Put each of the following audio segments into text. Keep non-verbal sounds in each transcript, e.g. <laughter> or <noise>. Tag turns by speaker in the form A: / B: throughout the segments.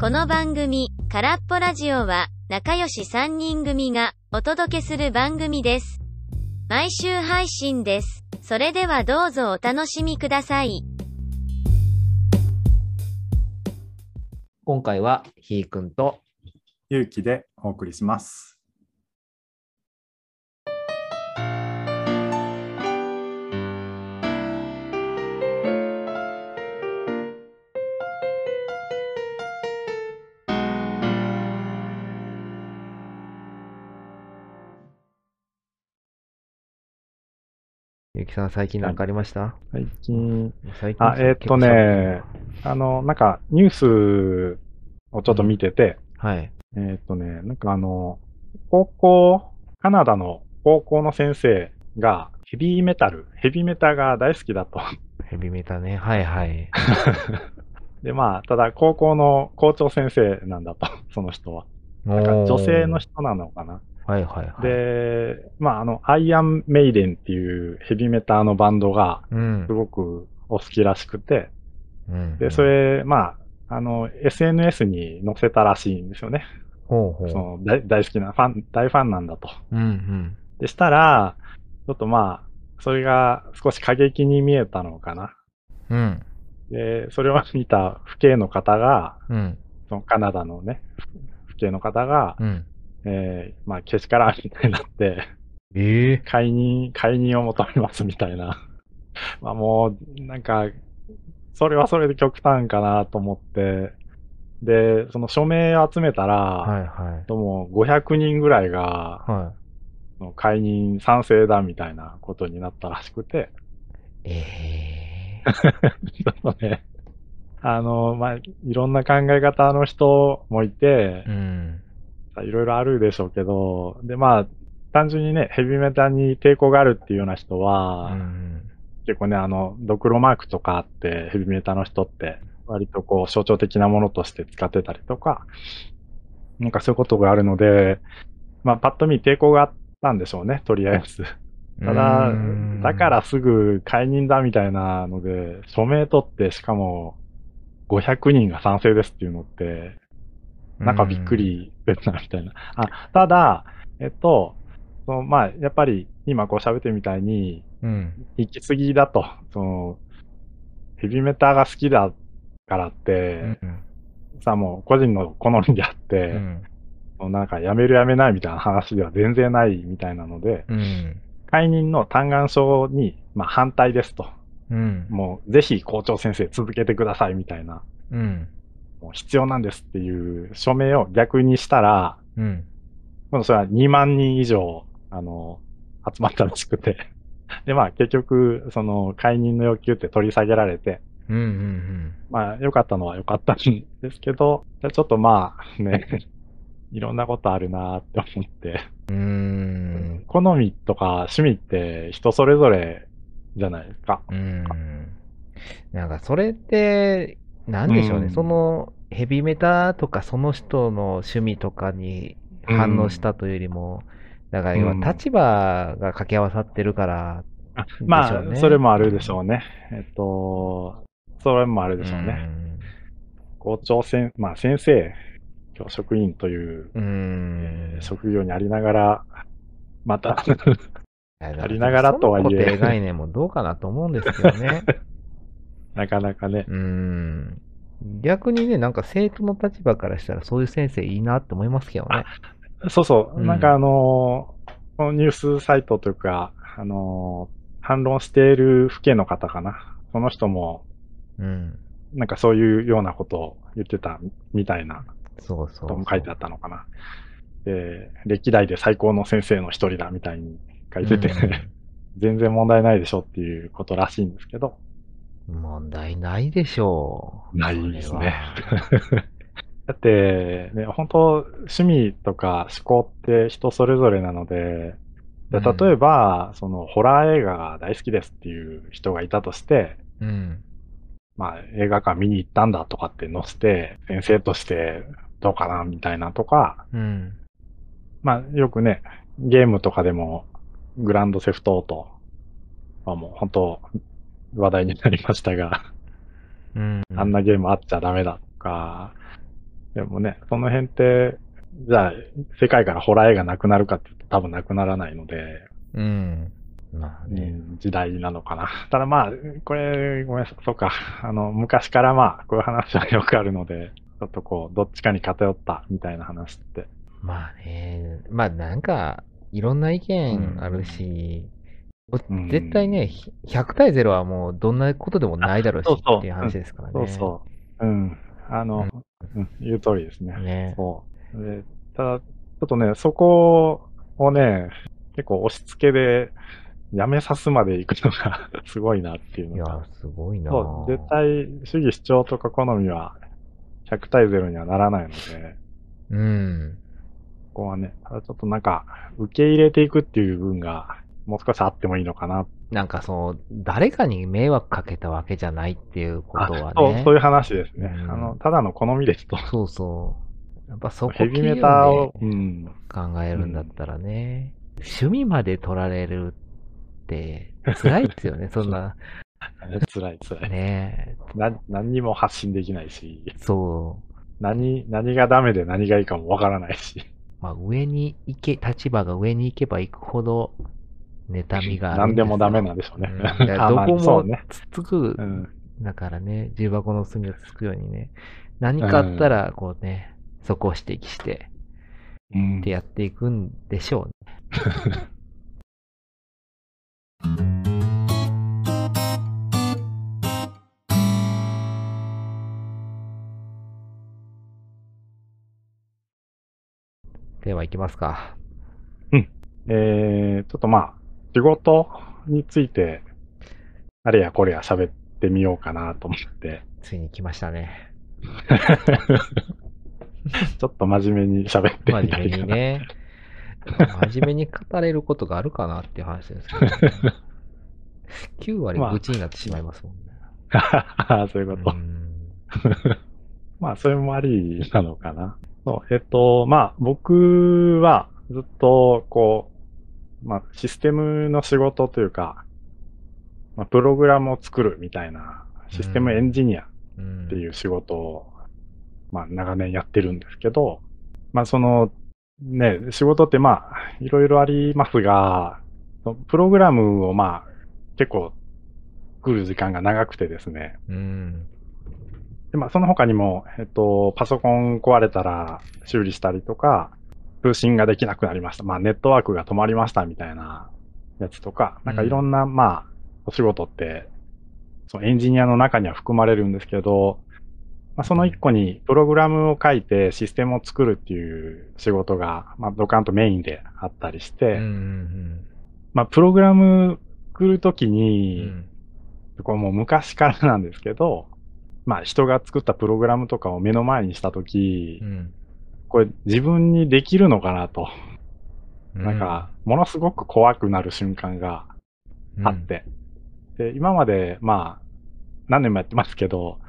A: この番組、空っぽラジオは、仲良し3人組がお届けする番組です。毎週配信です。それではどうぞお楽しみください。
B: 今回はひーくんと
C: ゆうきでお送りします。
D: ゆきさん、最近なんかありました
E: 最近、
D: 最近
E: あ、えーっと。ね、あの、なんか、ニュースをちょっと見てて、
D: はい。
E: えーっとね、なんかあの、高校、カナダの高校の先生が、ヘビーメタル、ヘビーメタが大好きだと。 <laughs>
D: ヘビメタね。はいはい。
E: で、まあ、ただ、高校の校長先生なんだと、 <laughs> その人は。なんか、
D: おー
E: 女性の。人なのかな。
D: はいはいはい。、
E: で、まあ、あの、アイアン・メイデンっていうヘビーメタのバンドが、
D: うん
E: す。ごくお好きらしくて、
D: うん
E: で、そ。れ、まあ、あの、SNS に載せたらしいんですよね。
D: ほうほ。
E: そうの大大好きな、ファン、大ファンなんだと。
D: うんうん。
E: でしたら、ちょっとまあ、それが少し過激に見えたのかな。
D: うん。
E: で、それを見た父兄の方が、
D: うん。
E: そのカナダのね、父兄の方が、
D: うん。
E: えーまあ、けしからんみたいになって、
D: ええ
E: 解任、解任を求めますみたいな。 <laughs> まあもう、なんか、それはそれで極端かなと思って、で、その署名を集めたら、
D: はいはい。
E: どうも500人ぐらいが、
D: は
E: その解任賛成だみたいなことになったらしくて、 <laughs>
D: い。ええ
E: ちょっとね、あの、まあ、いろんな考え方の人もいて
D: う、ん。
E: いろいろあるでしょうけど、で、まあ、単純にね、ヘビメタに抵抗があるっていうような人
D: う
E: は、
D: ん。
E: 結構ね、あの、ドクロマークとかあって、ヘビメタの人って、割とこう、象徴的なものとして使ってたりとか、なんかそういうことがあるので、まあ、パッと見抵抗があったんでしょうね、とりあえず。ただ
D: う、ん
E: だか。らすぐ解任だみたいなので、署名取って、しかも、500人が賛成ですっていうのって、なんかびっくりするな、みたいな。あ、ただ、えっと、そのまあ、やっぱり、今こう喋ってるみたいに、
D: うん。
E: 行き過ぎだと、その、ヘビメタが好きだからって、
D: うん。
E: さ、もう個人の好みであって、
D: うん。
E: そのなんかやめるやめないみた <laughs> いな話では全然ないみたいなので、
D: うん。
E: 解任の嘆願書に、まあ、反対ですと。
D: うん。
E: もう、ぜひ校長先生続けてくださいみたいな、
D: うん。
E: もう必要なんですっていう署名を逆にしたら、
D: うん。
E: もうそれは2万人以上、あの、集まったらしくて。で、まあ結局、その解任の要求って取り下げられて、
D: うん。うん。
E: まあ、良かったのは良かったんですけど、ちょっとまあね、 <laughs> いろんなことあるなーって思って、
D: うん。うん。
E: 好みとか趣味って人それぞれじゃないですか。
D: うん。なんかそれって、なんでしょうね、
E: うん
D: そのヘビメタとかその人の趣味とかに反応したというよりも、だから要は
E: うん
D: 立場が掛け合わさってるから、
E: あ
D: うね
E: まあ、それもあるでしょうね。えっと、それもあるでしょうね。校長先、まあ先生、教職員という、
D: うん。うん
E: えー職業にありながら、また、 <laughs>
D: あ
E: ありながらとはいえ
D: 固定概念もどうかなと思うんですけど
E: <laughs>
D: ね。
E: なかなかね、
D: うん。逆にね、なんか生徒の立場からしたらそういう先生いいなって思いますけどね。
E: そうそう、
D: うん
E: なんかあのーこのニュースサイトというか、あのー反論している父兄の方かな。その人も、
D: うん。
E: なんかそういうようなことを言ってたみたいな
D: そうそうそ
E: こ
D: う。
E: とも書いてあったのかな。で、歴代で最高の先生の一人だみたいに書いてて、 <laughs> 全然問題ないでしょっていうことらしいんですけど、
D: うん問題ないでしょう。
E: ないですね
D: それは。
E: だって、ね、本当趣味とか思考って人それぞれなので、で <laughs>
D: うん
E: 例えば、そのホラー映画が大好きですっていう人がいたとして、
D: うん。
E: まあ映画館見に行ったんだとかって載せて、先生としてどうかなみたいなとか、
D: うん。
E: まあよくね、ゲームとかでもグランドセフトオートはもう本当話題になりましたが、
D: うん。
E: あんなゲームあっちゃダメだとか、でもね、その辺って、じゃあ、世界からホラー映画なくなるかって言うと多分なくならないので、
D: うん。まあね。
E: うん時代なのかな。ただまあ、これ、ごめんなさい、そうか。あの、昔からまあ、こういう話はよくあるので、ちょっとこう、どっちかに偏ったみたいな話って。
D: まあね。まあなんか、いろんな意見あるし、
E: うん
D: 絶対ね、ひ100対0はもうどんなことでもないだろうし
E: あそうそう
D: っていう話ですからね。
E: そうそう。うん。あの、うん、言う通りですね。
D: ね。
E: そう。でただ、ちょっとね、そこをね、結構押し付けで、やめさすまで行くのが <laughs> すごいなっていう
D: い
E: の
D: や
E: が。、
D: すごいな
E: そう、絶対、主義主張とか好みは、100対0にはならないので、
D: うん。
E: ここはね、ただちょっとなんか、受け入れていくっていう部分が、もう少しあってもいいのかな。
D: なんかそう、誰かに迷惑かけたわけじゃないっていうことはね。
E: そう、そういう話ですね。
D: うん
E: あの、ただの好みですと。
D: そうそう。やっぱそこ
E: ヘビメターを、
D: 基準で
E: うん。 <laughs>
D: 考えるんだったらね、趣味まで取られるって辛いですよ
E: <laughs>
D: ね、そんな。
E: 辛い辛い。
D: ね
E: な何にも発信できないし。
D: そ
E: 何、何がダメで何がいいかもわからないし、
D: う。まあ上に行け、立場が上に行けば行くほど、妬みがある
E: <laughs> 何でもダメ
D: な
E: なんでしょうね。
D: うんだから
E: <laughs> あ
D: ど
E: まあ
D: こ
E: そう
D: も
E: ね。
D: つっつく
E: う、ん。
D: だからね、重箱の隅をつつくようにね、何かあったら、こうね、そこを指摘して、
E: うん
D: ってやっていくんでしょうね。 <laughs> では行きますか。
E: えー、ちょっとまあ、仕事について、あれやこれや喋ってみようかなと思って、
D: ついに来ました
E: <laughs>
D: ね。
E: ちょっと真面目に喋ってみ
D: 真
E: た
D: 面目
E: いか
D: に
E: な。
D: ね。真面目に語れることがあるかなっていう話ですけど、ね。9割
E: まあ
D: 愚痴になってしまいますもんね。
E: <laughs> そういうこと。
D: うん
E: まあ、それもありなのかな。そう、えっと、まあ、僕はずっと、こう、まあ、システムの仕事というか、まあ、プログラムを作るみたいな、システムエンジニア
D: うん
E: っていう仕事を、まあ、長年やってるんですけど、まあ、その、ね、仕事ってまあ、いろいろありますが、プログラムをまあ、結構、作る時間が長くてですね、
D: うん。
E: で、まあ、その他にも、えっと、パソコン壊れたら修理したりとか、通信ができなくなりました。まあ、ネットワークが止まりましたみたいなやつとか、なんか
D: うん
E: いろんな、まあ、お仕事って、そのエンジニアの中には含まれるんですけど、まあ、その一個にプログラムを書いてシステムを作るっていう仕事が、まあ、ドカンとメインであったりして、
D: うんうん
E: まあ、プログラム作るとき
D: うんう
E: に、
D: ん
E: これもう昔からなんですけど、まあ人が作ったプログラムとかを目の前にしたとき、
D: うん
E: これ自分にできるのかなと、
D: うん
E: なんか、ものすごく怖くなる瞬間があっ、て、で、今まで、まあ、何年もやってますけど、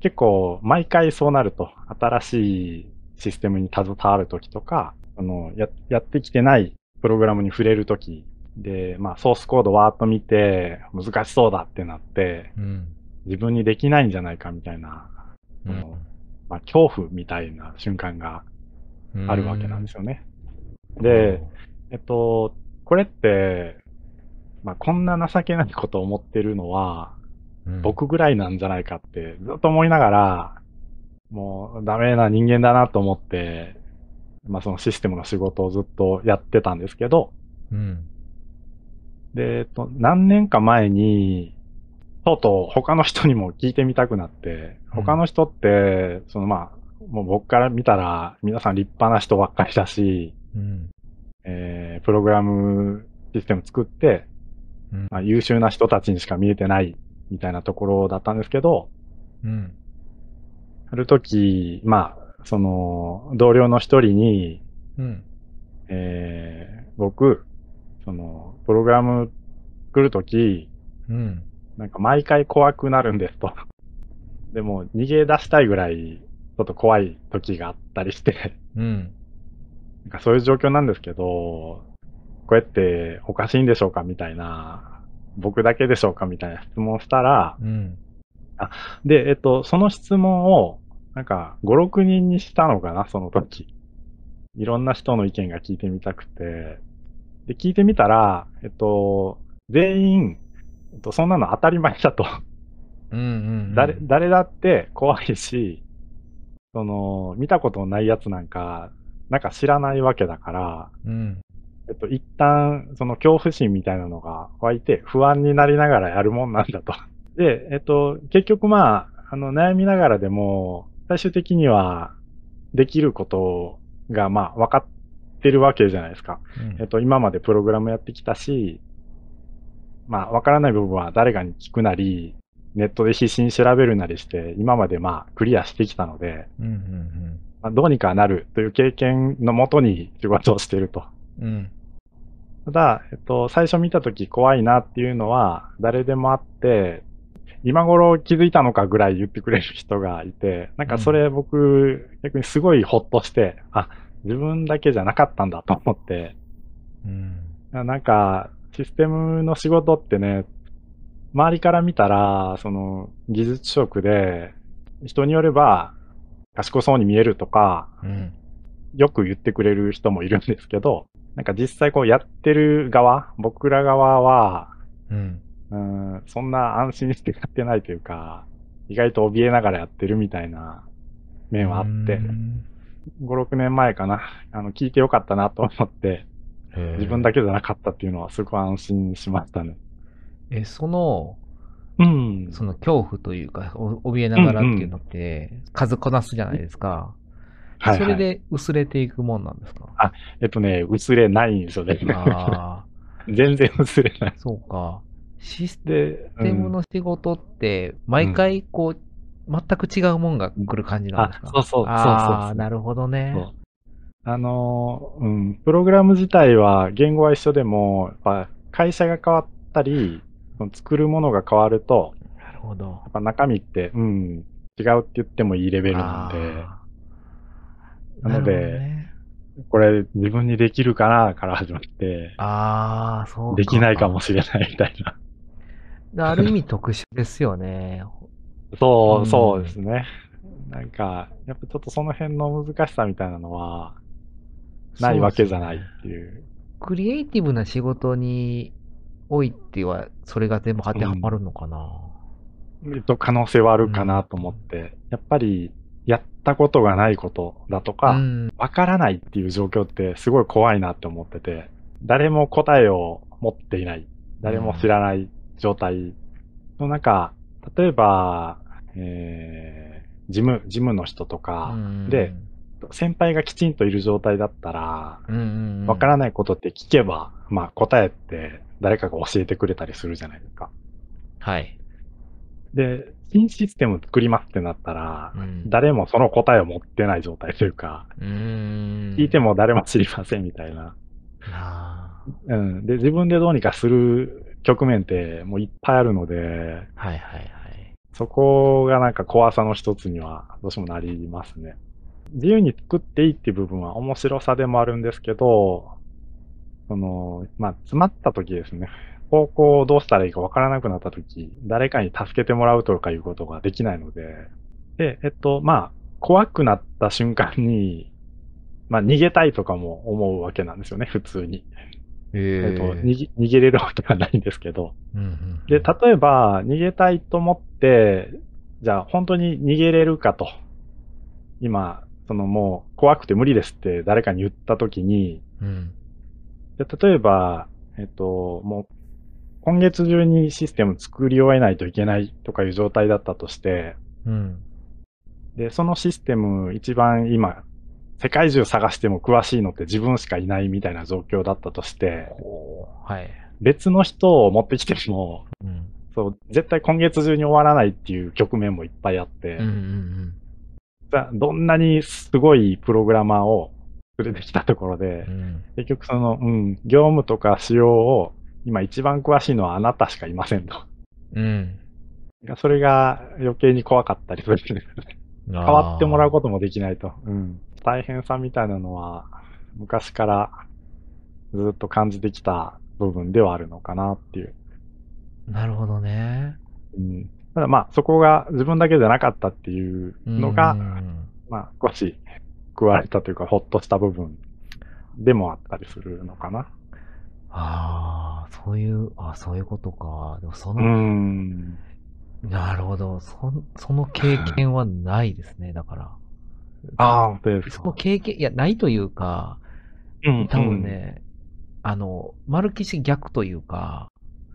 E: 結構毎回そうなると、新しいシステムに携わるときとか、あのや、やってきてないプログラムに触れるとき、で、まあソースコードわーっと見て、難しそうだってなって、
D: うん
E: 自分にできないんじゃないかみたいな、
D: う
E: あのまあ、恐怖みたいな瞬間が
D: ん
E: あるわけなんですよね。
D: うん
E: で、えっと、これって、まあ、こんな情けないことを思ってるのは、
D: うん
E: 僕ぐらいなんじゃないかってずっと思いながら、もうダメな人間だなと思って、まあ、そのシステムの仕事をずっとやってたんですけど、
D: うん
E: で、えっと、何年か前に、とうとう他の人にも聞いてみたくなって、
D: うん
E: 他の人って、そのまあ、もう僕から見たら皆さん立派な人ばっかりだし、
D: うん
E: えー、プログラムシステム作って、
D: うん
E: まあ、優秀な人たちにしか見えてないみたいなところだったんですけど、
D: うん
E: ある時、まあ、その、同僚の一人に、
D: うん
E: えー、僕、その、プログラム作るとき、
D: うん
E: なんか毎回怖くなるんですと。 <laughs> でも逃げ出したいぐらい、ちょっと怖い時があったりして、 <laughs>
D: うん
E: なんかそういう状況なんですけど、こうやっておかしいんでしょうかみたいな、僕だけでしょうかみたいな質問をしたら、
D: うん
E: で、えっと、その質問を、なんか、5、6人にしたのかな、その時。いろんな人の意見が聞いてみたくて。で、聞いてみたら、えっと、全員、えっと、そんなの当たり前だと。
D: うんうんうん。
E: 誰、誰だって怖いし、その、見たことないやつなんか、なんか知らないわけだから、
D: うん。
E: えっと、一旦、その恐怖心みたいなのが湧いて、不安になりながらやるもんなんだと。 <laughs> で、えっと、結局まあ、あの、悩みながらでも、最終的には、できることが、まあ、分かってるわけじゃないですか。
D: うん
E: えっと、今までプログラムやってきたし、まあ、わからない部分は誰かに聞くなり、ネットで必死に調べるなりして、今までまあ、クリアしてきたので、
D: うんうん
E: まあ、どうにかなるという経験のもとに仕事をしていると。
D: うん。うん。
E: ただ、えっと、最初見たとき怖いなっていうのは、誰でもあって、今頃気づいたのかぐらい言ってくれる人がいて、なんかそれ僕、逆にすごいほっとして、あ、自分だけじゃなかったんだと思って、
D: うん。
E: ななんか、システムの仕事ってね、周りから見たら、その、技術職で、人によれば、賢そうに見えるとか、
D: うん。
E: よく言ってくれる人もいるんですけど、なんか実際こうやってる側、僕ら側は、
D: うん。
E: うん、そんな安心してやってないというか、意外と怯えながらやってるみたいな面はあって、5、6年前かな、あの、聞いてよかったなと思って、自分だ
D: け。
E: けじゃなかったっていうのはすごく安心しましたね。
D: え、その、
E: うん。
D: その恐怖というか、お怯えながらっていうのって、数こなすじゃないですか。
E: はいはい
D: それで薄れていくもんなんですか
E: えっとね、薄れないんですよね。
D: ああ、
E: <laughs> 全然薄れない。
D: そうか。システ
E: で、うん
D: ムの仕事って、毎回こう、全く違うもんが来る感じなんですか
E: あ、そうそう、そう
D: あ
E: そ
D: あ、
E: う
D: なるほどね
E: そ。う。あのー、うん、プログラム自体は言語は一緒でも、やっぱ会社が変わったり、その作るものが変わると、
D: なるほど
E: や。っぱ中身って、うん、違うって言ってもいいレベルなんで、
D: あー
E: なので
D: るほどね
E: これ自分にできるかなから始まって、
D: ああ、そう
E: できないかもしれないみたいな。
D: ある意味特殊ですよね。
E: <laughs> そうう、
D: ん
E: そうですね。なんか、やっぱちょっとその辺の難しさみたいなのは、 <laughs> ないわけじゃないっていう。
D: クリエイティブな仕事においては、それが全部当てはまるのかな。
E: えっと、可能性はあるかなと思って、やっぱり、やったことがないことだと
D: う
E: か、
D: ん。
E: わ、からないっていう状況ってすごい怖いなって思ってて、誰も答えを持っていない、誰も知らない状態の中、例えば、えー、事務、事務の人とか、で先輩がきちんといる状態だったら、
D: うんうんうん、
E: わからないことって聞けば、まあ答えって誰かが教えてくれたりするじゃないですか。
D: はい。
E: で、新システム作りますってなったら、
D: うん
E: 誰もその答えを持ってない状態というか、
D: うーん。
E: 聞いても誰も知りませんみたいな。
D: あ
E: うん。で、自分でどうにかする局面ってもういっぱいあるので、
D: ーはいはいはい。
E: そこがなんか怖さの一つにはどうしてもなりますね。自由に作っていいっていう部分は面白さでもあるんですけど、その、まあ、詰まった時ですね。方向をどうしたらいいかわからなくなった時、誰かに助けてもらうとかいうことができないので、で、えっと、まあ、怖くなった瞬間に、まあ、逃げたいとかも思うわけなんですよね、普通に。えっと、逃げ逃げれるわけはないんですけど。
D: うんうんうん
E: で、例えば、逃げたいと思って、じゃあ本当に逃げれるかと。今、そのもう怖くて無理ですって誰かに言ったときに、
D: うん
E: で例えば、えっと、もう今月中にシステム作り終えないといけないとかいう状態だったとして、
D: うん。
E: で、そのシステム一番今、世界中探しても詳しいのって自分しかいないみたいな状況だったとして、
D: こう、はい。
E: 別の人を持ってきても、
D: うん。
E: そう、絶対今月中に終わらないっていう局面もいっぱいあって、
D: うんうん
E: さどんなにすごいプログラマーを連れてきたところで
D: うん。う、ん
E: 結局その、うん、業務とか仕様を今一番詳しいのはあなたしかいませんと。 <laughs>
D: うん。
E: それが余計に怖かったりするんですよね。
D: 変
E: 変わってもらうこともできないと。うん。大変さみたいなのは昔からずっと感じてきた部分ではあるのかなっていう。
D: なるほどね。
E: うん。ただまあ、そこが自分だけじゃなかったっていうのが、
D: うん
E: まあ、少し食われたというか、ほっとした部分でもあったりするのかな。
D: ああ、そういう、あそういうことか。でもその、
E: ん。
D: なるほど。そんその経験はないですね、だから。
E: ああ、本当です
D: そ
E: か
D: の経験、いや、ないというか、
E: うん
D: 多分。ね、あの、丸きし逆というか、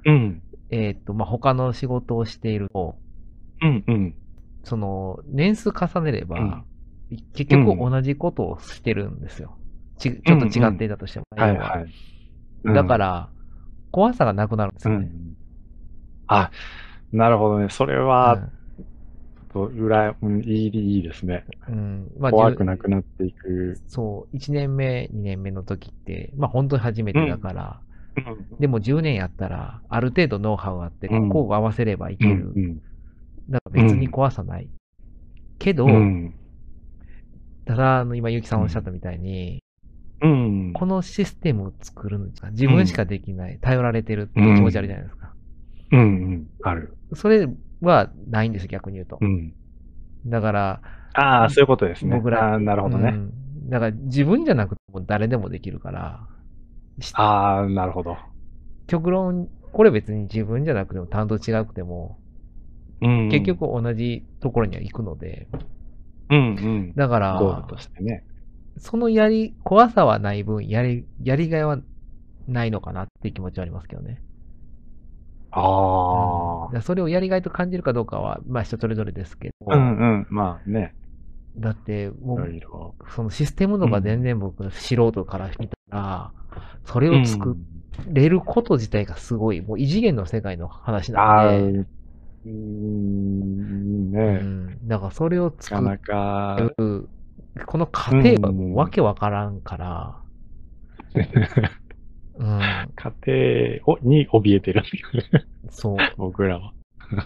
E: うん。
D: えーっと、まあ、他の仕事をしていると、
E: うん、うん。
D: その、年数重ねれば、
E: うん
D: 結局同じことをしてるんですよ。ちちょっと違っていたとしても、
E: はい
D: 内容
E: はい。、
D: がだからら、怖さがなくなるんです
E: う
D: よね。
E: ん。あ、なるほどね。それは、ちょっと、うらや、うんいい、いいですね。
D: うん、うんまあ
E: 怖くなくなっていく。
D: そう、1年目、2年目の時って、まあ本当に初めてだから、
E: うん
D: でも10年やったら、ある程度ノウハウがあって、
E: うん
D: こう合わせればいけ
E: う
D: る。
E: ん。
D: だから別に怖さない。けど、
E: うん。
D: ただ、あの、今、ゆきさんおっしゃったみたいに、
E: うん。
D: このシステムを作るのに自分しかできない、頼られてるっていう気持ちあるじゃないですか。
E: うん。うん。ある。
D: それはないんです、逆に言うと
E: う。ん。
D: だから、
E: ああ、そういうことですね。
D: 僕ら
E: あーなるほどね。
D: うんだから自分じゃなくても誰でもできるから、し
E: ああ、なるほど。
D: 極論、これ別に自分じゃなくても担当違くても、
E: うん
D: 結、局同じところには行くので、
E: うんうん。
D: だか
E: ゴー
D: ら
E: ルと、してね。
D: そのやり、怖さはない分、やり、やりがいはないのかなっていう気持ちはありますけどね。うん
E: あ
D: だからそれをやりがいと感じるかどうかは、まあ人それぞれですけど、
E: あ。うんうん。まあね、
D: だって、も
E: いうろいろ。
D: そのシステムのが全然僕、素人から見たら、それを作れること自体がすごい、もう異次元の世界の話
E: うんああ、
D: な
E: うん
D: で、
E: ん、
D: う
E: ね
D: ん、だからそれを
E: なか
D: 作
E: なか、
D: る、この過程はもうわけわからん <laughs> から、うん、
E: 家庭をに怯えてる。
D: そう、
E: 僕らは。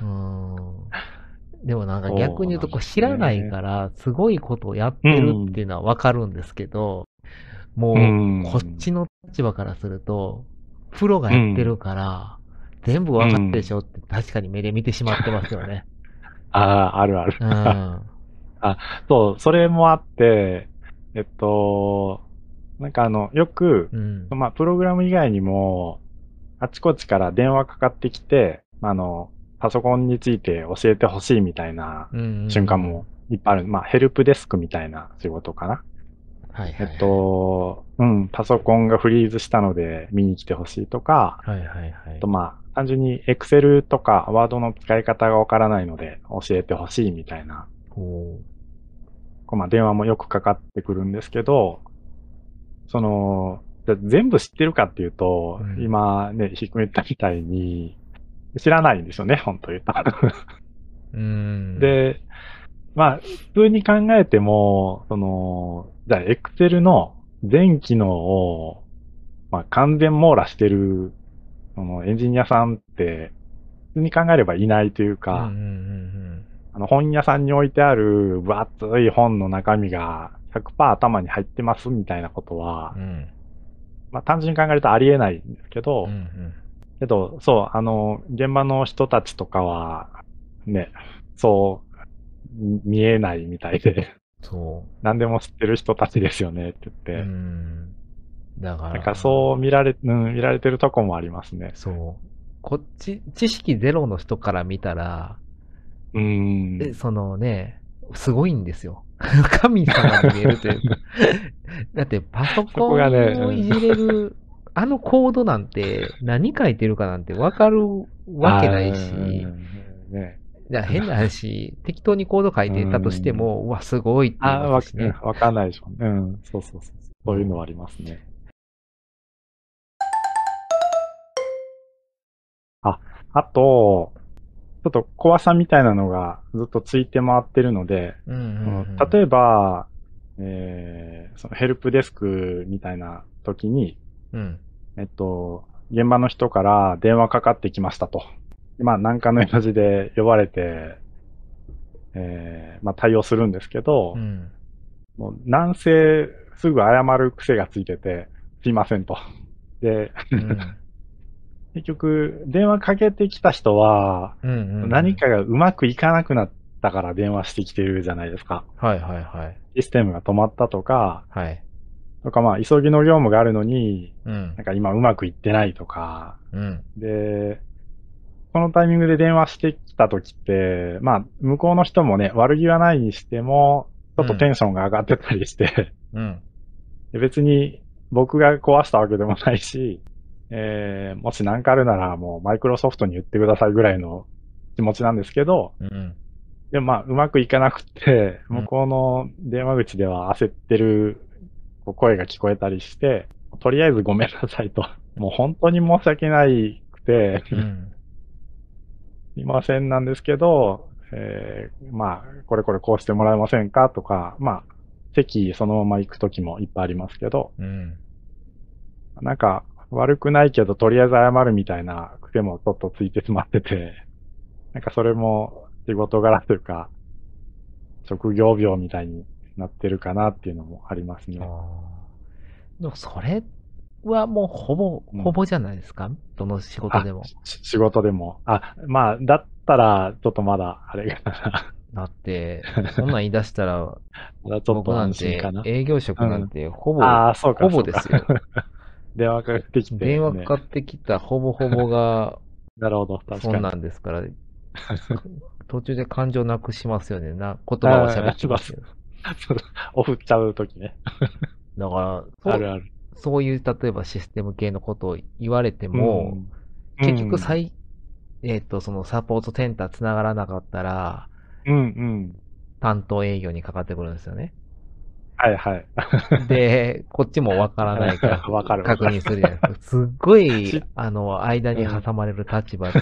D: うん。でもなんか
E: そう
D: 逆に言うと、こう
E: なんです
D: 知
E: ね
D: らないから、すごいことをやってるっていうのはわかるんですけど、もう、
E: ん
D: こっちの立場からすると、プロがやってるから、全部わかってるでしょって確かに目で見てしまってますよ <laughs> ね。
E: ああ、あるある。
D: うん。は
E: そう、それもあって、えっと、なんかあの、よく、まあ、プログラム以外にも、あちこちから電話かかってきて、まああの、パソコンについて教えてほしいみたいな瞬間もいっぱいある。まあ、ヘルプデスクみたいな仕事かな。
D: いはい。
E: えっ、と、うん、パソコンがフリーズしたので見に来てほしいとか、
D: はいはいはい
E: あと。まあ、単純に Excel とか Word の使い方がわからないので教えてほしいみたいな、
D: こ
E: こうまあ、電話もよくかかってくるんですけど、その、じゃあ全部知ってるかっていうと、
D: うん
E: 今ね、ひくめったみたいに、知らないんですよね、本当に。
D: う。うん。、
E: で、まあ、普通に考えても、その、じゃあ、Excel の全機能を、まあ、完全網羅してる、その、エンジニアさんって、普通に考えればいないという
D: うん
E: か、
D: うんうん
E: あの、本屋さんに置いてある、分厚い本の中身が100%頭に入ってますみたいなことは
D: うん。う、ん。
E: まあ、単純に考えるとありえないんですけど、
D: うんうん
E: けど、そう、あの、現場の人たちとかは、ね、そう、み見えないみたいで、
D: そ
E: 何でも知ってる人たちですよねって
D: う。う
E: 言って、
D: ん。だから。
E: なんかそう見られ、うん、見られてるとこもありますね。
D: そう。こっち、知識ゼロの人から見たら、
E: うん。
D: えそのね、すごいんですよ。 <laughs> 神様に見えると
E: <laughs>
D: いうか。だってパソ
E: そ
D: コ
E: こがね
D: ンをいじれる、あのコードなんて何書いてるかなんてわかるわけないし
E: あ、ーね、
D: だから変な話、適当にコード書いてたとしても、うわ、すごいって
E: あー、
D: 思
E: わ
D: うしね。
E: うんわかんないでしょうね。うん、そうそうそう。そういうのはありますね。あ、あと、ちょっと怖さみたいなのがずっとついて回ってるので、
D: うんうん
E: 例えば、えーそのヘルプデスクみたいな時に、
D: うん
E: えっと、現場の人から電話かかってきましたと。まあ、何かの用事で呼ばれて、えーまあ、対応するんですけど、
D: うん
E: もう、男性すぐ謝る癖がついてて、すいませんと。で、
D: うん
E: 結局、電話かけてきた人は、
D: うんうんうん
E: 何かがうまくいかなくなったから電話してきてるじゃないですか。
D: はいはいはい。
E: システムが止まったとか、
D: はい。
E: とかまあ、急ぎの業務があるのに、
D: うん
E: なん。か今うまくいってないとか、
D: うん。
E: で、このタイミングで電話してきた時って、まあ、向こうの人もね、悪気はないにしても、ちょっとテンションが上がってたりして、
D: うん。
E: で別に僕が壊したわけでもないし、えー、もし何かあるならもうマイクロソフトに言ってくださいぐらいの気持ちなんですけど、
D: うん。
E: でもまあ、うまくいかなくて、
D: うん
E: 向こうの電話口では焦ってるこう声が聞こえたりして、とりあえずごめんなさいと。もう本当に申し訳ないくて、
D: うん。
E: すいませんなんですけど、えーまあ、これこれこうしてもらえませんかとか、まあ、席そのまま行くときもいっぱいありますけど、
D: うん。
E: なんか、悪くないけど、とりあえず謝るみたいな癖もちょっとついてしまってて、なんかそれも仕事柄というか、職業病みたいになってるかなっていうのもありますね。
D: あーでもそれはもうほぼ、
E: うん
D: ほぼじゃないですか、どの仕事でも。
E: し仕事でも。あ、まあ、だったら、ちょっとまだ、あれがな、
D: だって、そんなん言い出したら、
E: <laughs> まだ <laughs> ちょっ
D: 僕
E: と
D: なん
E: 安心
D: て
E: かな。
D: 営業職なんてほぼ、
E: ああ、そうか。
D: ほぼです
E: <laughs>
D: よ
E: そうか。電話かかってきて、ね。
D: 電話かかってきたほぼほぼが
E: なるほど、確か
D: そ
E: に。
D: んなんです
E: <laughs>
D: から、途中で感情なくしますよね。な、言葉を喋ってますよ。
E: <laughs> お振っちゃうときね。
D: だから
E: あ
D: そう
E: る、ある。
D: そういう例えばシステム系のことを言われても、
E: うん、
D: 結局最、えっ、と、そのサポートセンター繋がらなかったら、
E: うん、うん、うん。
D: 担当営業にかかってくるんですよね。
E: はい、はい。、
D: で、 <laughs> こっちもわからないから
E: <laughs> わかるわ
D: 確
E: かる
D: 認するじゃない
E: <laughs>
D: ですか。すっごい
E: し、
D: あの、間に挟まれる立場って、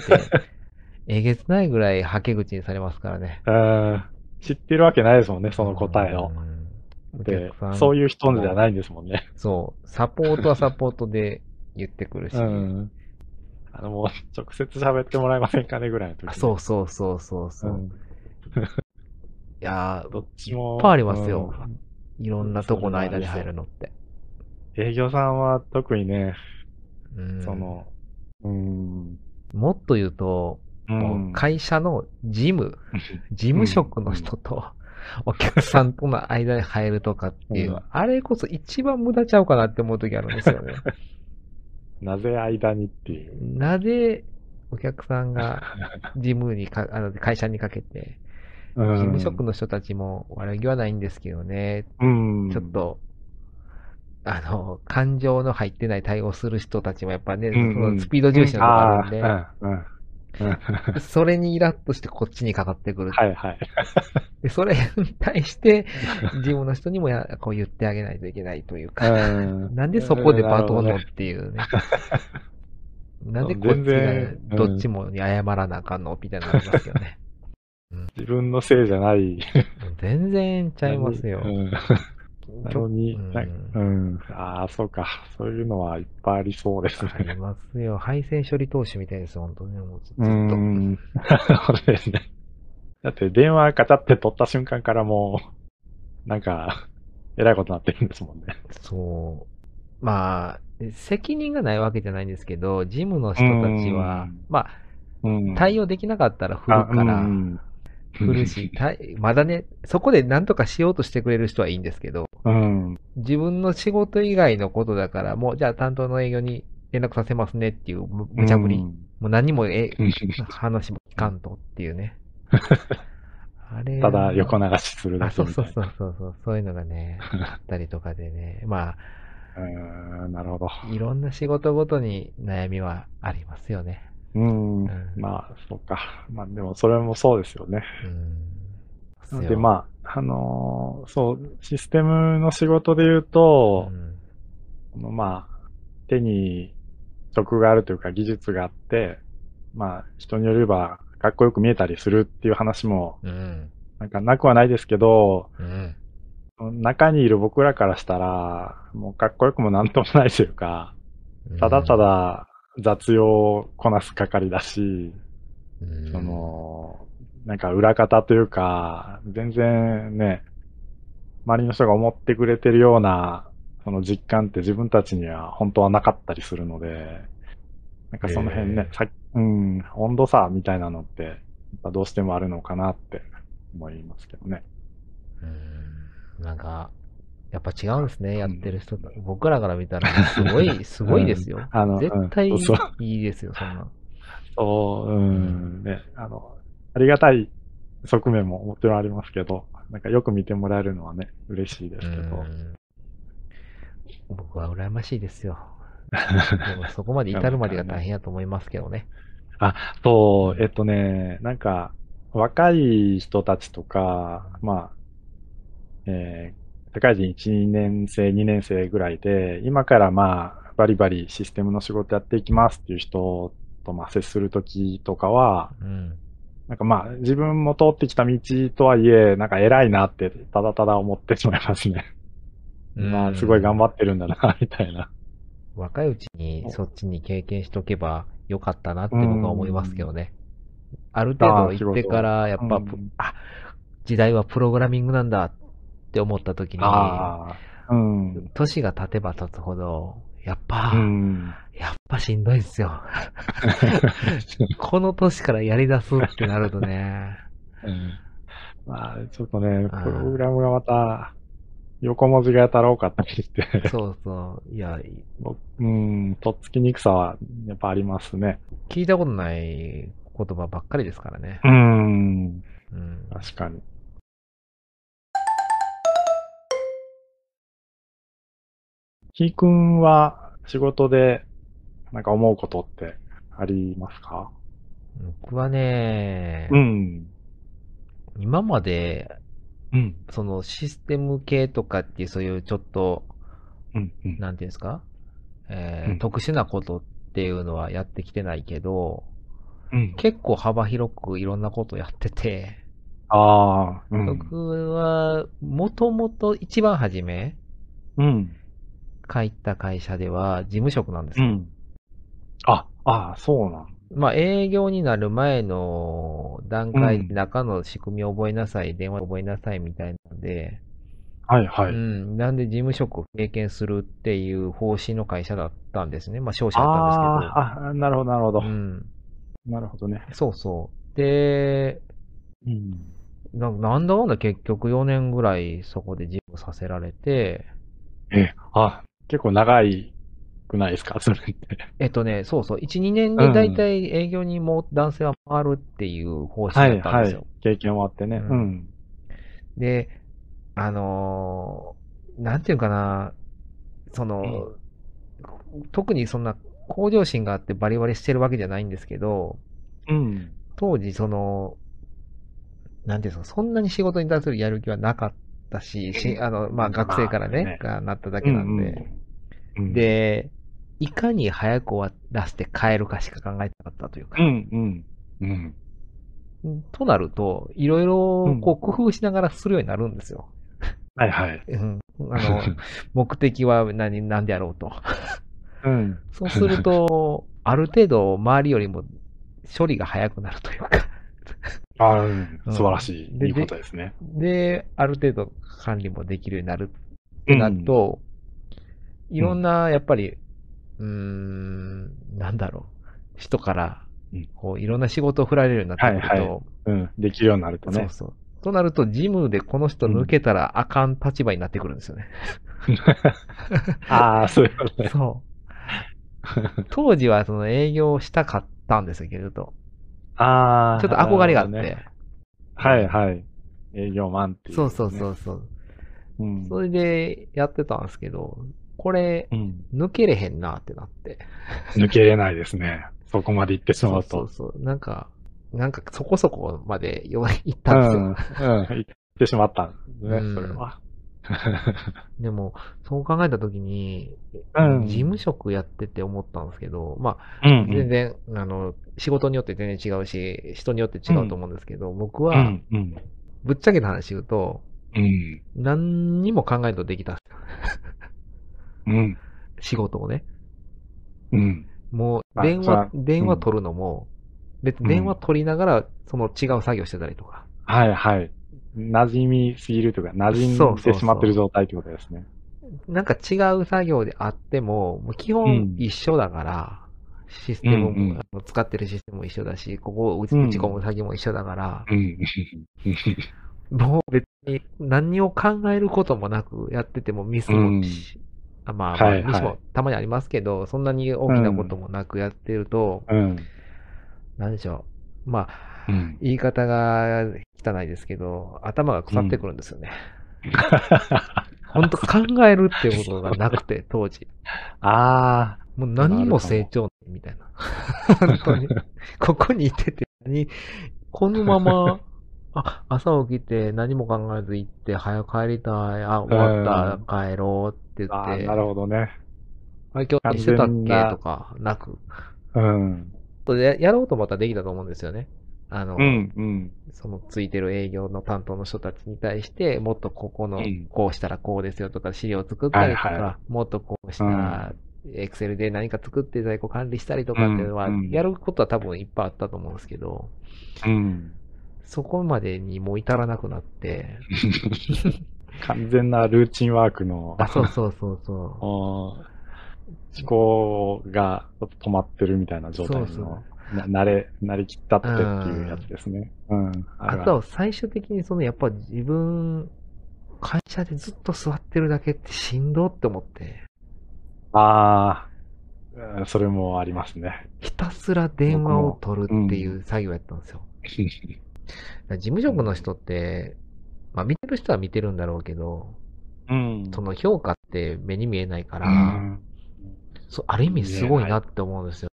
D: えげつないぐらいはけ口にされますからね。
E: うん知ってるわけないですもんね、その答えを。
D: うん。
E: で
D: お客さん、
E: そういう人じゃないんですもんね。
D: そう、サポートはサポートで言ってくるし、
E: うん。あの、もう、直接喋ってもらえませんかねぐらいの時
D: あそう
E: そ
D: そうそうそうそう。いやー、
E: どっちも。
D: いっぱいありますよ
E: うん
D: いろんなとこの間に入るのって。
E: 営業さんは特にね、
D: うん
E: その、うん。
D: もっと言うと、
E: う
D: もうん会社の事務、事務職の人と、お客さんとの間に入るとかっていう、
E: うん
D: あれこそ一番無駄ちゃうかなって思う時あるんですよね。
E: なぜ間にっていう。
D: なぜお客さんが事務にか、あの会社にかけて、
E: <laughs> う
D: 事
E: ん
D: 務職の人たちも悪気はないんですけどね、
E: うん。
D: ちょっと、あの、感情の入ってない対応する人たちもやっぱね、
E: んうん
D: そのスピード重視のとこあるんで、
E: あーうんうんうん
D: それにイラッとしてこっちにかかってくる。
E: はいはい。
D: でそれに対して、事務の人にもやこう言ってあげないといけないというか、
E: うん
D: なんでそこで罵倒
E: な
D: の
E: る
D: っ
E: ほどね
D: ていうね。なんでこっち
E: 全然
D: がどっちもに謝らなあかんのみたいになりますよね。
E: 自分のせいじゃない。
D: 全然ちゃいますよ
E: う。んなのに、なん
D: う
E: かうん。ああ、そうか。そういうのはいっぱいありそうです
D: あり
E: ね。
D: ますよ。配線処理投資みたいです、本当に。もうずっ
E: う
D: と。
E: ん。そうですね。だって電話ガチャって取った瞬間からもう、なんか、えらいことになってるんですもんね。
D: そう。まあ、責任がないわけじゃないんですけど、事務の人たちは
E: うん、
D: ま
E: うん
D: あ、対応できなかったら振るか
E: あう
D: ら、
E: ん
D: 振るし、対まだね、そこで何とかしようとしてくれる人はいいんですけど、
E: うん。
D: 自分の仕事以外のことだから、もう、じゃあ担当の営業に連絡させますねっていうむ無茶ぶり。
E: う
D: も
E: ん。
D: う何もえ
E: うん
D: 話も聞かんとっていうね。あれ
E: <laughs> ただ横流しするだ
D: あ、
E: け
D: そう
E: み
D: そ
E: たいうな。
D: そうそうそう、そういうのがね、あったりとかでね、ま
E: うーんなるほど。
D: あ、いろんな仕事ごとに悩みはありますよね。
E: うん。
D: ん
E: まあ、そうか。まあ、でもそれもそうですよね。な
D: うん。
E: ので、まあ、あのーそう、システムの仕事で言うと、
D: うん
E: このまあ、手に職があるというか技術があって、まあ、人によればかっこよく見えたりするっていう話も、
D: うん。
E: なんかなくはないですけど、
D: うん。
E: 中にいる僕らからしたら、もうかっこよくもなんともないというか、ただただ雑用をこなす係だし、
D: うん、
E: その、なんか裏方というか、全然ね、周りの人が思ってくれてるような、その実感って自分たちには本当はなかったりするので、なんかその辺ね
B: へ、
E: さうん、温度差みたいなのって、やっぱどうしてもあるのかなって思いますけどね。
D: うんなんか、やっぱ違うんですね、やってる人と。僕らから見たら、すごい、すごいですよ。
E: あの、
D: 絶対
E: うんそうそう
D: いいですよ、そんな。
E: そう、うん、ね、あの、ありがたい側面ももちろんありますけど、なんかよく見てもらえるのはね、嬉しいですけど
D: う。ん僕は羨ましいです
E: <laughs>
D: よ。でもそこまで至るまでが大変やと思いますけどね。
E: そう、えっとね、なんか、若い人たちとか、まあ、えー、社会人1年生、2年生ぐらいで、今からまあ、バリバリシステムの仕事やっていきますっていう人と、まあ、接するときとかは、
D: うん。
E: なんかまあ、自分も通ってきた道とはいえ、なんか偉いなって、ただただ思ってしまいますね。まあ、すごい頑張ってるんだな、みたいな。
D: 若いうちにそっちに経験しとけばよかったなって僕は思いますけどね。ある程度行ってから、やっぱ、
E: うん
D: あ、時代はプログラミングなんだって思った時に、
E: ああ、うん。
D: 年が経てば経つほど、やっぱ、
E: うん。
D: やっぱしんどいっす
E: <laughs>
D: よ。この年からやり出すってなるとね、
E: うんまあ、ちょっとね、
D: あー
E: プログラムがまた、横文字がやたら多かったりして、 <laughs>
D: そうそう、いや、
E: 僕うん、とっつきにくさはやっぱありますね。
D: 聞いたことない言葉ばっかりですからね。
E: うん、
D: うん、
E: 確かに。ひーくんは仕事でなんか思うことってありますか
D: 僕はね、
E: ん。
D: 今まで
E: うん。
D: そのシステム系とかっていうそういうちょっと、
E: うん。うん
D: なんていうんですか、えー
E: うん
D: 特殊なことっていうのはやってきてないけど、
E: うん。
D: 結構幅広くいろんなことやってて、
E: ああ、うん。
D: 僕はもともと一番初め
E: うん。
D: 書いた会社では事務職なんです
E: う
D: よ。
E: ん。あ、ああ、そうなん。
D: まあ営業になる前の段
E: う
D: 階
E: ん
D: で中の仕組みを覚えなさい、電話を覚えなさいみたいなんで、
E: はいは
D: う
E: い。
D: ん、なんで事務職を経験するっていう方針の会社だったんですね。まあ商社だったんですけど。
E: あーあ、なるほど、なるほど。
D: うん、
E: なるほどね。
D: そうそう。で、
E: うん。
D: ななんだかんだ結局4年ぐらいそこで事務させられて、
E: え、あ、結構長いくないですかそれって。
D: えっとね、そうそう、1、2年で大体営業にもう男性は回るっていう方針だったんですよ。。
E: 経験もあってね。
D: う
E: うんん。
D: で、あのーなんていうかな、その、特にそんな向上心があってバリバリしてるわけじゃないんですけど、
E: うん。
D: 当時その、なんていうんですか、そんなに仕事に対するやる気はなかったし、しあの、まあ学生からね、
E: まあね
D: がなっただけなんで、
E: うんうん、
D: で、いかに早く終わらせて帰るかしか考えてなかったというか
E: う、ん、うん。うん。
D: となると、いろいろこう工夫しながらするようになるんです
E: <laughs>
D: よ。
E: はいはい。
D: うん、あ
E: <laughs>
D: の、目的は何、何であろうと。
E: うん。
D: そうすると、ある程度周りよりも処理が早くなるというか、
E: あーうん
D: うん
E: 素晴らしい。
D: で
E: いいことですね。
D: で、ある程度管理もできるようになるってなると、いろんな、やっぱり、うーん、なんだろう、人から
E: うん、
D: こう、いろんな仕事を振られるようになってくる
E: はいは
D: と、
E: うん。できるようになると
D: そう
E: ね。 <laughs>
D: そう。となると、ジムでこの人抜けたらあかん立場になってくるんですよね。
E: ああ、そういうことね。 <laughs>
D: そう。当時はその営業したかったんですけれど、ちょ
E: ああ。
D: っと憧れがあって。
E: なるほどね。はいはい。営業マンっていう、。
D: そうそうそううそう。
E: うん。
D: それでやってたんですけど、これ
E: うん。
D: 抜けれへんなってなって。
E: 抜けれないですね。そこまで行ってしまうと。
D: そうそうそう。なんか、なんかそこそこまでよ行っ
E: う
D: たんです
E: ん、う
D: よ
E: ん。行ってしまったんですね、
D: うん
E: それは。
D: でも、そう考えたときに、
E: うん
D: 事務職やってて思ったんですけど、まあ、
E: うんうん
D: 全然、あの、仕事によって全然違うし、人によって違うと思うんですけど、僕
E: う
D: は、
E: ん、うん。
D: ぶっちゃけた話言うと、
E: うん。
D: 何にも考えんとできたんですよ
E: うん。
D: 仕事をね。
E: うん。
D: もう、
E: あ
D: 電
E: そら
D: 話、
E: うん
D: 電話取るのも、別に電話取りながら、その違う作業してたりとか。
E: はいはい。馴染みすぎるというか、馴染んでしまってる状態ということですね。
D: なんか違う作業であっても、もう基
E: う
D: 本
E: ん
D: 一緒だから、システムも、
E: うんうん
D: あの使ってるシステムも一緒だし、ここを打ち
E: うん
D: 打ち込む先も一緒だから、
E: うん。
D: もう別に何を考えることもなくやっててもミスもし、あまあ、まあ
E: はいはい
D: ミスもたまにありますけど、そんなに大きなこともなくやってると、
E: うん。
D: なんでしょう。まあ、
E: うん。
D: 言い方が汚いですけど、頭が腐ってくるんですよね。本当考えるっていうことがなく
E: <laughs>
D: て、当時。
E: あ
D: もう何も成長ないみたいな。本当に。ここにいてて、何、このま
E: <laughs>
D: ま、あ、朝起きて何も考えず行って、早く帰りたい、あ、終わった、帰ろうって言
E: あ、あ
D: っ
E: あ、
D: て、
E: なるほどね。
D: あれ今日何してたっ
E: 完全
D: け
E: な
D: とか、なく。
E: うん。
D: とでやろうと思ったらできたと思うんですよね。あの、
E: うん、うん。
D: そのついてる営業の担当の人たちに対して、もっとここの
E: うん、
D: こうしたらこうですよとか、資料を作ったりと
E: はい
D: か
E: は、
D: もっとこうしたら、エクセルで何か作って在庫管理したりとかっていうのは
E: うんう、ん
D: やることは多分いっぱいあったと思うんですけど、
E: うん。
D: そこまでにもう至らなくなって、
E: <laughs> 完全なルーチンワーク <laughs> の
D: あ、そうそうそうそ
E: おー思考がちょっと止まってるみたいな状態の
D: そうそ
E: な慣れ、慣れきったってっていうやつですね。うん。
D: う。
E: あ
D: あ
E: るある
D: とは最終的にそのやっぱ自分、会社でずっと座ってるだけってしんどって思って、
E: あーうんそれもあります
D: <laughs>
E: ね。
D: ひたすら電話を取るっていう作業やったんですよ。だから事務職の人って、まあ見てる人は見てるんだろうけど、
E: うん。
D: その評価って目に見えないか
E: う
D: ら、
E: ん
D: そうある意味すごいなって思うんですよ。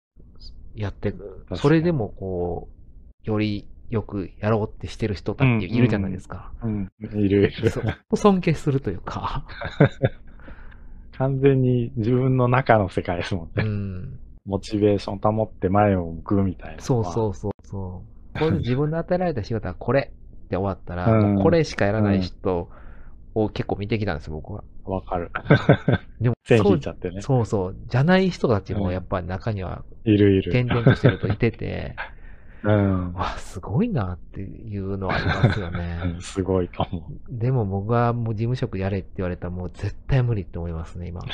D: やってく
E: 確。かに
D: それでもこう、よりよくやろうってしてる人たちいるじゃないですか。
E: うん。いるいる。
D: そう本当尊敬するという
E: <laughs>
D: か、
E: 完全に自分の中の世界ですもん
D: う
E: ね。
D: ん、
E: モチベーション保って前を向くみたいな。。
D: そうそううそうそう。これで自分の与えられた仕事はこれって終わったら、
E: うん
D: もうこれしかやらない人を結構見てきたんですよ、僕は。
E: わかる。
D: でも、
E: 線
D: そ
E: 引
D: う
E: いちゃってね。
D: そうそう、じゃない人たち
E: う
D: も
E: ん
D: やっぱり中にはい
E: るいる。
D: 転々としてるといて
E: <laughs>
D: て、
E: うん。
D: わ、すごいなっていうのはありますよね
E: <laughs> うん。すごいと
D: <laughs>
E: 思う。
D: でも僕はもう事務職やれって言われたらもう絶対無理って思いますね、今。
E: <laughs>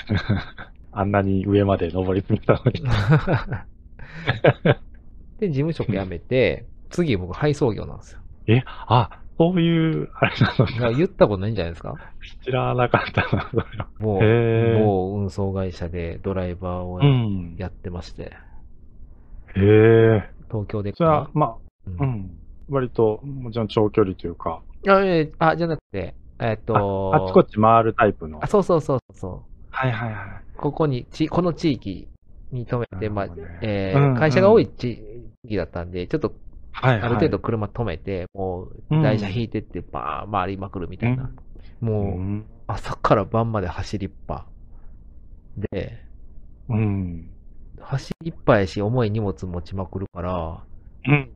E: あんなに上まで登り詰めたのに。
D: で、事務職辞めて、次僕配送業なんですよ。
E: え、あ、そういう、あれなの
D: だから言ったことないんじゃないですか
E: 知らなかったな、それは。
D: もう、
E: へー
D: 某運送会社でドライバーを
E: ん
D: やってまして、
E: へえ。
D: 東京で。
E: それは、ま
D: う
E: あ、うんん。割と、もちろん長距離というか、
D: あ、えーあ、じゃなくて、えーっと、
E: あっちこっち回るタイプの。
D: あそうそうそうそう。
E: はいはいはい。
D: ここに、ち、この地域に止めて、まあ
E: なるほどね、
D: え
E: うんう
D: ー、
E: ん
D: 会社が多い地域だったんで、ちょっと
E: はい、はい。
D: ある程度車止めて、もう台車引いてってバーン回りまくるみたいな。
E: う。
D: もうん朝から晩まで走りっぱ。で、
E: うん。
D: 走りっぱやし、重い荷物持ちまくるから、
E: うん。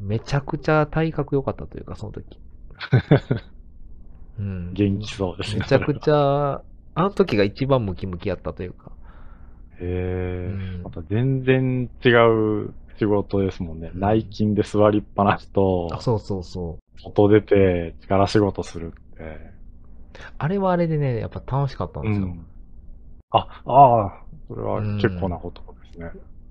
D: めちゃくちゃ体格良かったというか、その
E: <laughs>
D: 時。うん。
E: 元気そうですね。
D: めちゃくちゃ、あの時が一番ムキムキやったというか。
E: へえ、
D: うん
E: また全然違う仕事ですもんね。
D: うん
E: 内勤で座りっぱなしと、
D: あそうそうそう。
E: 外出て力仕事するって。
D: あれはあれでね、やっぱ楽しかったんですよ。
E: うんあ、ああ、それは結構なことですね。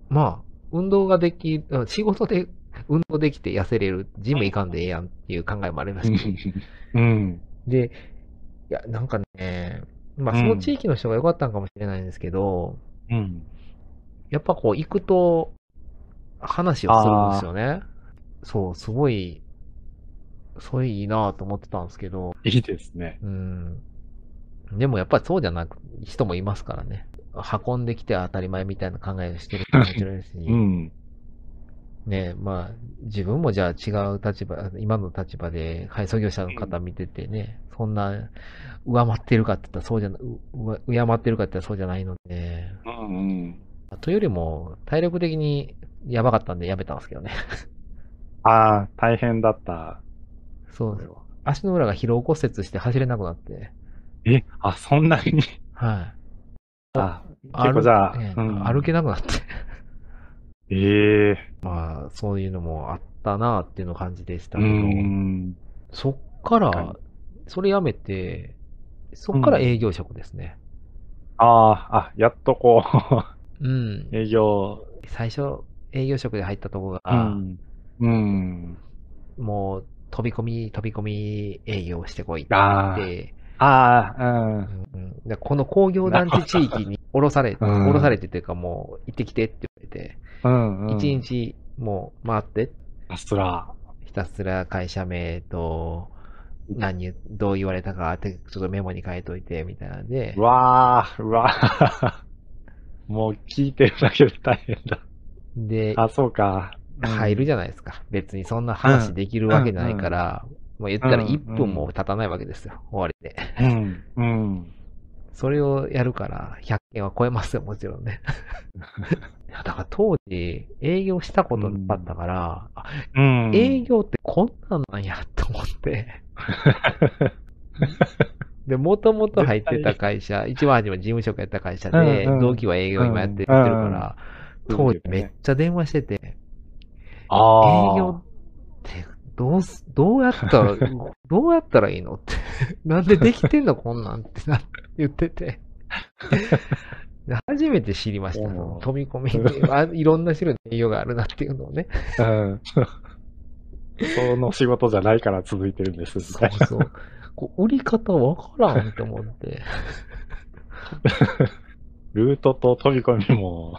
D: まあ、運動ができ、うん仕事で <laughs> 運動できて痩せれる、ジム行かんでええやんっていう考えもありましたし、
E: <laughs> うん。
D: で、いや、なんかね、まあその地域の人が良かったんかもしれないんですけど、
E: うん。
D: やっぱこう行くと話をするんですよね。そう、すごい、そういいなと思ってたんですけど、
E: いいですね。
D: うん。でもやっぱりそうじゃなく、人もいますからね。運んできて当たり前みたいな考えをしてる人もいるし、
E: <laughs> うん。
D: ねえ、まあ、自分もじゃあ違う立場、今の立場で配送業者の方見ててね、そんな、上回ってるかって言ったらそうじゃな、う上上回ってるかって言ったらそうじゃないので、
E: うんうん。
D: というよりも、体力的にやばかったんでやめたんですけどね。 <laughs>
E: ああ、大変だった。
D: そ
E: これ
D: う。
E: は
D: 足の裏が疲労骨折して走れなくなって、
E: え、あ、そんなに
D: はい。
E: あ、結
D: 歩
E: 構じゃあ、
D: ね
E: うん
D: 歩けなくなって、 <laughs>
E: ええ
D: まあ、そういうのもあったなっていうのを感じでした
E: う
D: けど、
E: ん。
D: そっか
E: は
D: ら、それやめて、そっから営業職ですね。
E: ああ、あ、やっとこう、 <laughs>
D: うん。
E: 営業
D: 最初営業職で入ったとこ
E: う
D: が、
E: ん。うん。
D: もう飛び込み、飛び込み営業してこいって
E: あ
D: 言って、
E: ああ、
D: うんでこの工業団地地域に降ろされて、
E: うん
D: 降ろされてというかもう行ってきてって言われて、
E: うん。うん。
D: 一、日もう回って、
E: あっすら。
D: ひたすら会社名と、何言う、どう言われたかって、ちょっとメモに書いといて、みたいなんで
E: う、わあ、うわあ。 <laughs> もう聞いてるだけで大変だ。
D: で、
E: あ、そうか。
D: 入るじゃないですか。別にそんな話できるわけないから、もう言ったら
E: うん
D: 1分も経たないわけですよ、終わりで。
E: うん。うん。
D: それをやるから、100件は超えますよ、もちろん
E: <laughs>
D: ね。いやだから当時、営業したことなかったから、あ
E: うん。
D: 営業ってこんなんなんやと思
E: <laughs>
D: って。で、もともと入ってた会社、一番初め事務職やった会社で、
E: うんうん
D: 同期は営業今やってるから、
E: うん
D: 当時めっちゃ電話してて、営
E: ああ。
D: 業ってどうす、どうやった
E: <laughs>
D: ら、どうやったらいいのって。 <laughs> なんでできてんのこんなんってな言って
E: <laughs>
D: て。で初めて知りました。
E: うん
D: その飛び込みって
E: <laughs>
D: いうあいろんな種類の営業があるなっていうのをね。
E: うん。その仕事じゃないから続いてるんです。み
D: そ
E: たいう
D: そう。こう売り方わからんと思って。
E: なルートと飛び込みも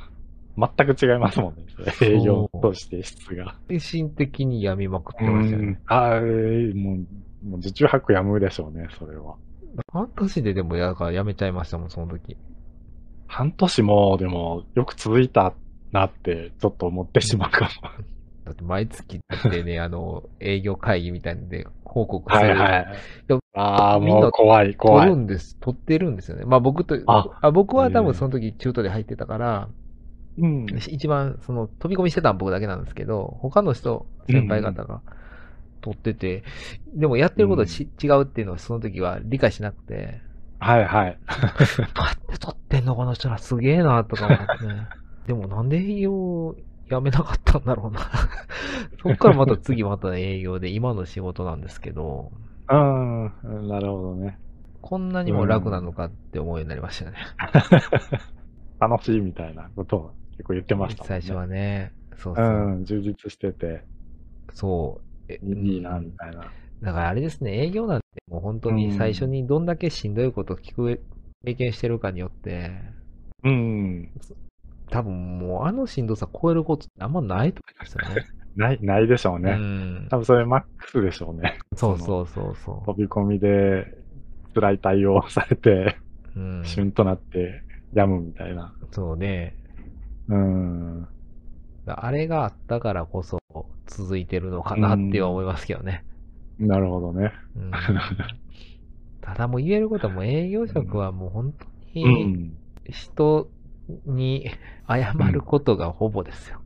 E: 全く違いますもんね。営業として質が。
D: 精神的に病みまくってましたよね。
E: ああ、えーもう、もう受注白やむでしょうね、それは。
D: 半年ででもやからやめちゃいましたもん、その時。
E: 半年も、でも、よく続いたなって、ちょっと思ってしまうかも。
D: だって毎月でね、あの、営業会議みたいなんで報告さ
E: は
D: れ
E: い
D: る。
E: はい
D: や。
E: ああ、
D: みん
E: も
D: な
E: う怖い、
D: 撮
E: 怖
D: る
E: い。
D: んです。撮ってるんですよね。まあ僕と、
E: あ
D: あ僕は多
E: へ
D: 分
E: え
D: その時中途で入ってたから、
E: うん。
D: 一番その飛び込みしてたのは僕だけなんですけど、他の人、先輩方が撮ってて、でもやってることはし違うっていうのをその時は理解しなくて、
E: はいはい。
D: どうやって撮ってんのこの人らすげえなとか
E: <laughs>
D: 思ってね。でもなんで営業辞めなかったんだろうな。 <laughs> そっからまた次また営業で今の仕事なんですけど、
E: うん、なるほどね。
D: こんなにも楽なのかって思うようになりましたね。
E: 楽しいみたいなことを結構言ってましたもん
D: 最
E: ね。
D: 初はね。そうそう。
E: うん、充実してて、
D: そう。え
E: いいな、
D: うん
E: みたいな。
D: だからあれですね、営業なんてもう本当に最初にどんだけしんどいことを聞く、経験してるかによって、
E: うん。
D: 多分もうあのしんどさ超えることってあんまないと思うんです
E: ない、ないでしょう
D: よね。う
E: <laughs> ね。
D: ん。
E: 多分それマックスでしょうね。
D: そうそうそうそ
E: 飛び込みで辛い対応をされて、
D: う。うん。
E: シュンとなって病むみたいな。
D: そうね。
E: うん。
D: あれがあったからこそ続いてるのかなっては思いますけどね。
E: なるほどね。 <laughs>
D: うんただもう言えることはもう営業職はもう本当に、
E: うん。
D: 人に謝ることがほぼですよ。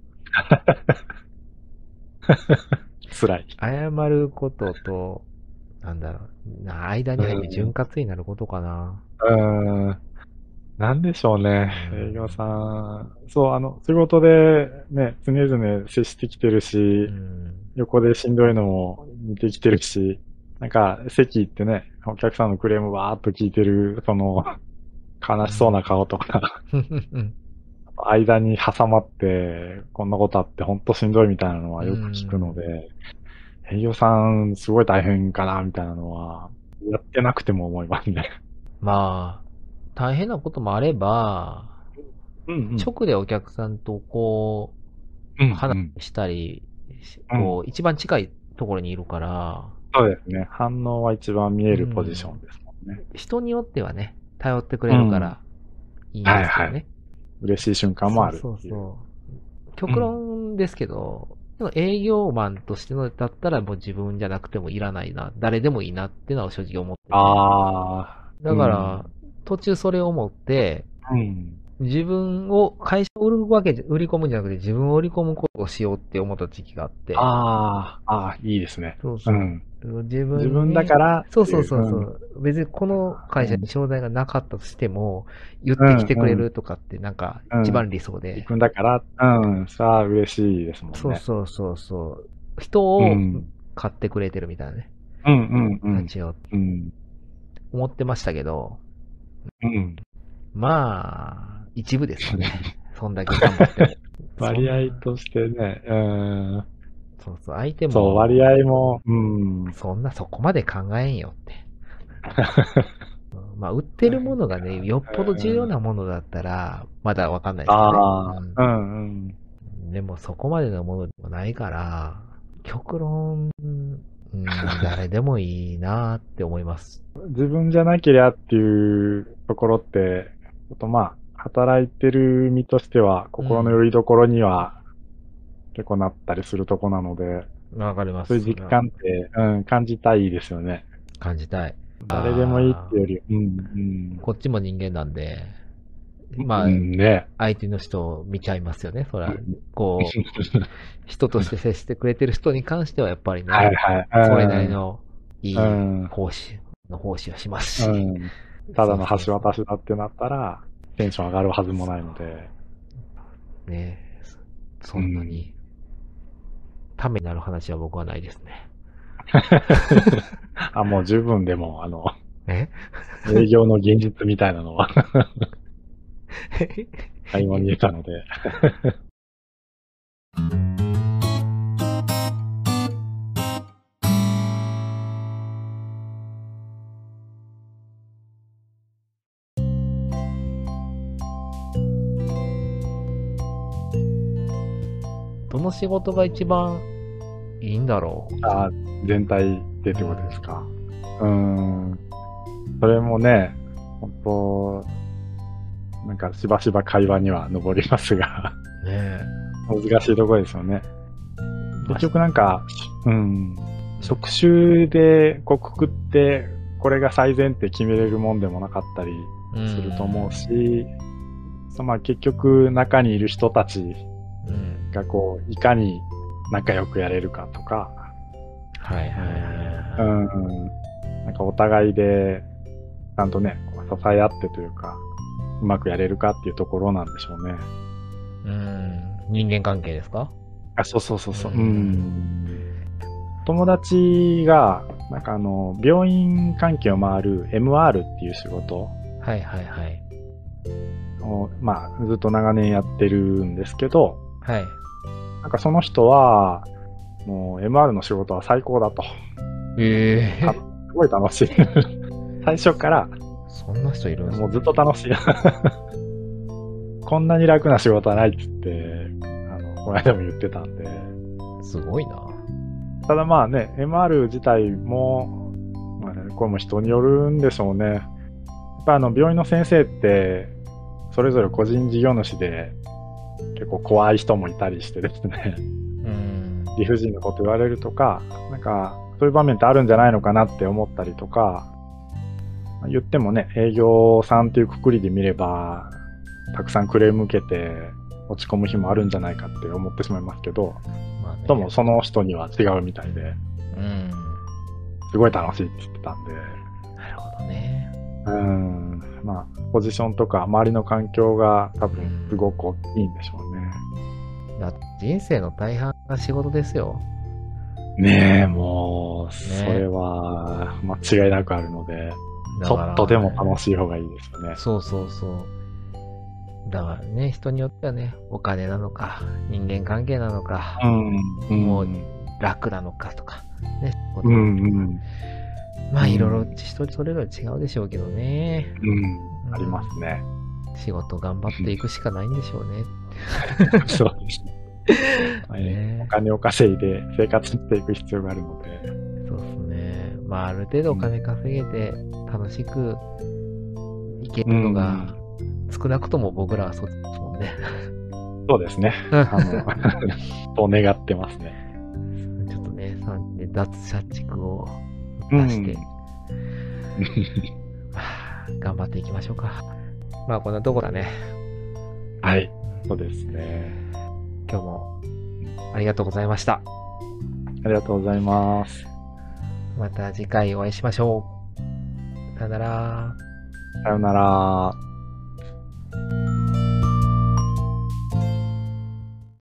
E: 辛い。
D: 謝ることと、なんだろう、な間に入って潤滑になることかな。
E: うん。なんでしょうね。
D: うん
E: 営業さん。そう、あの、仕事でね、常々接してきてるし
D: う、ん。
E: 横でしんどいのも見てきてるし、なんか席行ってね、お客さんのクレームわーっと聞いてる、その、悲しそうな顔とか、間に挟まって、こんなことあってほんとしんどいみたいなのはよく聞くので、営業さんすごい大変かな、みたいなのは、やってなくても思いますね。
D: <laughs> まあ、大変なこともあれば、
E: うん、うん。
D: 直でお客さんとこ
E: うん、
D: う、話
E: うん
D: したり、し
E: うん
D: こう、一番近いところにいるから、
E: そうですね。反応は一番見えるポジションですもんね。
D: 人によってはね、頼ってくれるから、いいんですよね。
E: はいはい嬉しい瞬間もあるってい。
D: そううそうそう。極論ですけど、でも営業マンとしてのだったらもう自分じゃなくてもいらないな、誰でもいいなってのは正直思ってて
E: あ
D: だから、途中それを思って、
E: あ、うん。
D: 自分を会社を売るわけじゃ、売り込むんじゃなくて自分を売り込むことをしようって思った時期があって。
E: ああ、ああ、いいですね。
D: そうそうう。
E: ん。
D: 自分に
E: 自分だか。らってい。
D: そうそうそうそ
E: ん。
D: う、別にこの会社に商材がなかったとしても、言ってきてくれるとかってなんか一番理想で。
E: 自分だから、うん、さあ嬉しいですもんね。
D: そうそうそうそう。人を
E: うん
D: 買ってくれてるみたいなね、
E: うんうんう
D: 感
E: ん。
D: じを
E: うん。
D: 思ってましたけど、
E: うん。
D: まあ、一部ですよね。そんだけ頑張っても。
E: <laughs> 割合としてね、うん。
D: そうそう、相手も。
E: そう、割合も、うん。
D: そんなそこまで考えんよっ
E: <laughs>
D: て。うんまあ、売ってるものがね、よっぽど重要なものだったら、まだわかんないですけどね
E: ああ、うんうん。
D: うんでもそこまでのものでもないから、極論、うん、誰でもいいなって思います。
E: 自分じゃなけりゃっていうところって、ちょっとまあ、働いてる身としては、心の拠り所には結構なったりするとこなので、
D: わかります。
E: そういう実感って、うん、感じたいですよね。
D: 感じたい。
E: 誰でもいいっていうより、うん、
D: こっちも人間なんで、
E: うん。
D: まあ
E: う、んね。
D: 相手の人を見ちゃいますよね。そら、こう、人として接してくれてる人に関してはやっぱりね、
E: はいはい。
D: それなりのいい
E: うん
D: 奉仕の奉仕をしますし、
E: うん、うん。ただの橋渡しだってなったら、テンション上がるはずもないので。
D: ね、そそんなに、ためになる話は僕はないですね。
E: あ、もう十分でも、あの、
D: え <laughs>
E: 営業の現実みたいなのは垣間見えたので。
D: どの仕事が一番いいんだろう。
E: あ全体でってことですか。うーん。それもね、本当なんかしばしば会話には上りますが、
D: ね
E: 難しいところですよね。結局なんか、うん、職種でこうくくって、これが最善って決めれるもんでもなかったり
D: え
E: すると思うし、そうまあ結局中にいる人たち
D: うん。うん。
E: がこう、いかに仲良くやれるかとか、
D: はいはいはいはい。
E: うん。なんかお互いで、ちゃんとね、こう支え合ってというか、うまくやれるかっていうところなんでしょうね。
D: うん。人間関係ですか
E: あ、そうそうそうそう。
D: うん
E: ん。友達が、なんかあの、病院関係を回る MR っていう仕事
D: はいはいはい。
E: を、まあ、ずっと長年やってるんですけど、
D: はい。
E: なんかその人は、もう MR の仕事は最高だと。
D: ええ
E: あすごい楽しい。最初から、
D: そんな人いるんです
E: もうずっと楽しい。こんなに楽な仕事はないっつって、あの、この間も言ってたんで。
D: すごいな。
E: ただまあね、MR 自体も、まあね、これも人によるんでしょうね。やっぱあの、病院の先生って、それぞれ個人事業主で、結構怖い人もいたりしてですね、
D: うん。
E: 理不尽なこと言われるとか、なんか、そういう場面ってあるんじゃないのかなって思ったりとか、まあ言ってもね、営業さんっていうくくりで見れば、たくさんクレーム受けて落ち込む日もあるんじゃないかって思ってしまいますけど、
D: まあね
E: どうもその人には違うみたいで、
D: うん。
E: すごい楽しいって言ってたんで、
D: なるほどね。
E: うん、まあ、ポジションとか周りの環境が多分すごく大きいんでしょうね。
D: だって人生の大半が仕事ですよ。
E: ねえ、もう、それは間違いなくあるので、
D: だ
E: ちょ
D: から
E: っとでも楽しい方がいいですよね。
D: そうそうそう。だからね、人によってはね、お金なのか、人間関係なのか、
E: うん
D: もう楽なのかとか、ね、
E: うん、うん、
D: まあ
E: うん
D: いろいろ人それぞれ違うでしょうけどね、
E: うん、ありますね。
D: 仕事頑張っていくしかないんでしょうね。
E: そうですね。はい
D: ね
E: お金を稼いで生活していく必要があるので、
D: そうですね。まあある程度お金稼げて楽しくいけるのが、少なくとも僕らはそうですもんね。
E: そうですね。あの、と願ってますね。
D: <laughs> ちょっとね、3人で脱社畜を
E: う
D: 出
E: ん
D: して、はあ頑張っていきましょうか。まあこんなとこだね。
E: はい、そうですね。
D: 今日もありがとうございました。
E: ありがとうございます。
D: また次回お会いしましょう。さよなら。
E: さよなら。